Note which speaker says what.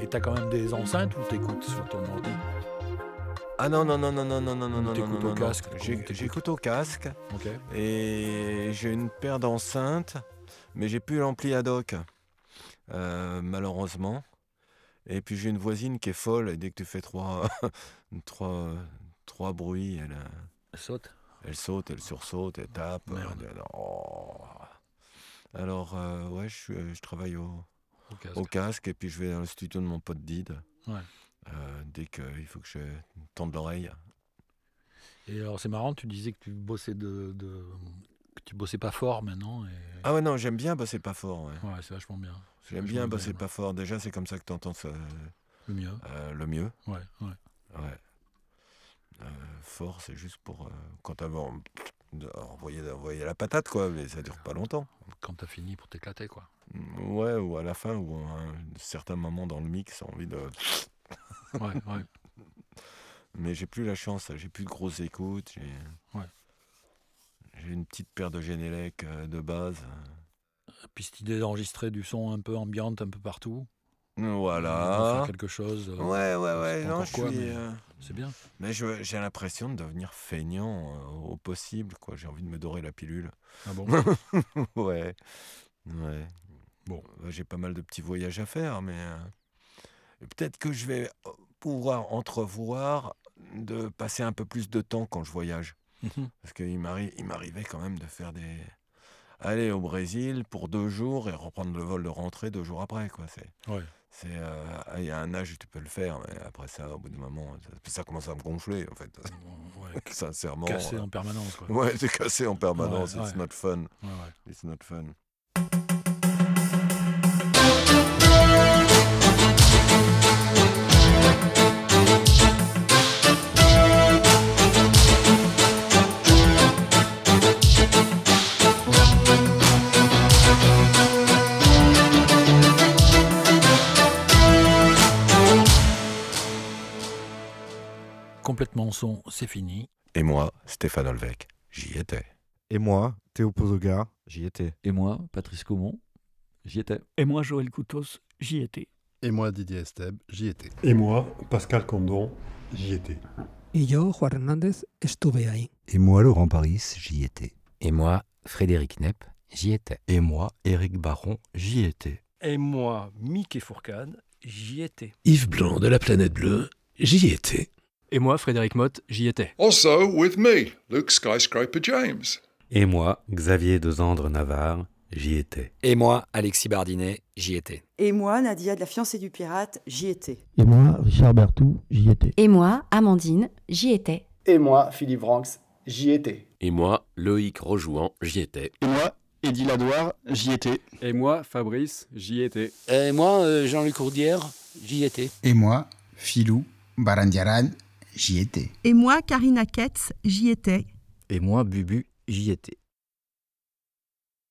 Speaker 1: Et t'as quand même des enceintes ou t'écoutes sur ton ordi
Speaker 2: Ah non, non, non, non, non, non, non, non, non, non,
Speaker 1: T'écoutes
Speaker 2: non,
Speaker 1: au
Speaker 2: non.
Speaker 1: casque,
Speaker 2: J'ai-
Speaker 1: comment t'écoutes
Speaker 2: J'écoute au casque
Speaker 1: Ok.
Speaker 2: et j'ai une paire d'enceintes, mais j'ai plus l'ampli ad hoc, euh, malheureusement. Et puis j'ai une voisine qui est folle, et dès que tu fais trois, trois, trois bruits, elle, euh,
Speaker 1: Saute.
Speaker 2: elle saute, elle sursaute, elle tape. euh,
Speaker 1: Merde.
Speaker 2: elle- oh. Alors, euh, ouais, je, suis- euh, je travaille au,
Speaker 1: Au casque.
Speaker 2: au casque et puis je vais dans le studio de mon pote Did.
Speaker 1: Ouais.
Speaker 2: Euh, dès qu'il faut que je tende l'oreille.
Speaker 1: Et alors c'est marrant, tu disais que tu bossais de, de- que tu bossais pas fort maintenant. Et...
Speaker 2: Ah ouais, non, j'aime bien bosser pas fort. ouais.
Speaker 1: Ouais, c'est vachement bien. C'est
Speaker 2: J'aime
Speaker 1: vachement
Speaker 2: bien bosser pas fort. Déjà, c'est comme ça que tu entends
Speaker 1: Le mieux.
Speaker 2: le mieux.
Speaker 1: Ouais, ouais.
Speaker 2: Ouais. Euh, fort, c'est juste pour. euh, quand t'as en- de- envoyer, d'envoyer la patate, quoi, mais ça dure pas longtemps. Mm,
Speaker 1: Quand t'as fini pour t'éclater quoi.
Speaker 2: Ouais, ou à la fin, ou à un certain moment dans le mix, envie de.
Speaker 1: Ouais, ouais.
Speaker 2: Mais j'ai plus la chance, j'ai plus de grosses écoutes. J'ai
Speaker 1: Ouais.
Speaker 2: j'ai une petite paire de Genelec euh, de base.
Speaker 1: Puis cette idée d'enregistrer du son un peu ambiante un peu partout. d'en
Speaker 2: Voilà.
Speaker 1: Faire quelque chose. euh,
Speaker 2: Ouais, ouais, ouais,
Speaker 1: pas
Speaker 2: non,
Speaker 1: encore
Speaker 2: je
Speaker 1: quoi,
Speaker 2: suis.
Speaker 1: mais-
Speaker 2: euh,
Speaker 1: C'est bien.
Speaker 2: Mais je- j'ai l'impression de devenir feignant euh, au possible, quoi. J'ai envie de me dorer la pilule.
Speaker 1: Ah bon.
Speaker 2: ouais. Ouais.
Speaker 1: Bon.
Speaker 2: Ouais, J'ai pas mal de petits voyages à faire, mais euh, et peut-être que je vais euh, pouvoir entrevoir de passer un peu plus de temps quand je voyage.
Speaker 1: Mhm.
Speaker 2: Parce qu'il m'arri- il m'arrivait quand même de faire des. Aller au Brésil pour deux jours et reprendre le vol de rentrée deux jours après, quoi. C'est.
Speaker 1: ouais.
Speaker 2: C'est euh, il y a un âge où tu peux le faire, mais après ça, au bout d'un moment, ça, ça commence à me gonfler, en fait.
Speaker 1: ouais.
Speaker 2: Sincèrement.
Speaker 1: Cassé
Speaker 2: euh,
Speaker 1: en permanence quoi.
Speaker 2: Ouais, c'est cassé en permanence.
Speaker 1: Ouais,
Speaker 2: It's
Speaker 1: ouais.
Speaker 2: not fun.
Speaker 1: Ouais, ouais.
Speaker 2: It's not fun.
Speaker 1: Complètement son, c'est fini.
Speaker 2: Et moi, Stéphane Olvec, j'y étais.
Speaker 3: Et moi, Théo Pozoga, j'y étais.
Speaker 4: Et moi, Patrice Caumont, j'y étais.
Speaker 5: Et moi, Joël Coutos, j'y étais.
Speaker 6: Et moi, Didier Esteb, j'y étais.
Speaker 7: Et moi, Pascal Condon, j'y étais.
Speaker 8: Y yo, Juan Hernández, estuve ahí.
Speaker 9: Et moi, Laurent Paris, j'y étais.
Speaker 10: Et moi, Frédéric Nepp, j'y étais.
Speaker 9: Et moi, Éric Baron, j'y étais.
Speaker 5: Et moi, Mickey Fourcade, j'y étais.
Speaker 11: Yves Blanc de la planète bleue, j'y étais.
Speaker 5: Et moi, Frédéric Motte, j'y étais.
Speaker 12: Also with me, Luke Skyscraper James.
Speaker 11: Et moi, Xavier de Zandre Navarre, j'y étais.
Speaker 10: Et moi, Alexis Bardinet, j'y étais.
Speaker 13: Et moi, Nadia de la fiancée du pirate, j'y étais.
Speaker 8: Y moi, Richard Bertou, j'y étais.
Speaker 14: Et moi, Amandine, j'y étais.
Speaker 15: Et moi, Philippe Ranks, j'y étais.
Speaker 11: Et moi, Loïc Rojouan, j'y étais.
Speaker 15: Et moi, Eddie Ladoire, j'y étais.
Speaker 5: Et moi, Fabrice, j'y étais.
Speaker 10: Et moi, Jean-Luc Courdière, j'y étais.
Speaker 16: Et moi, Filou, Barandiaran, j'y étais.
Speaker 17: Et moi, Karina Ketz, j'y étais.
Speaker 9: Et moi, Bubu, j'y étais.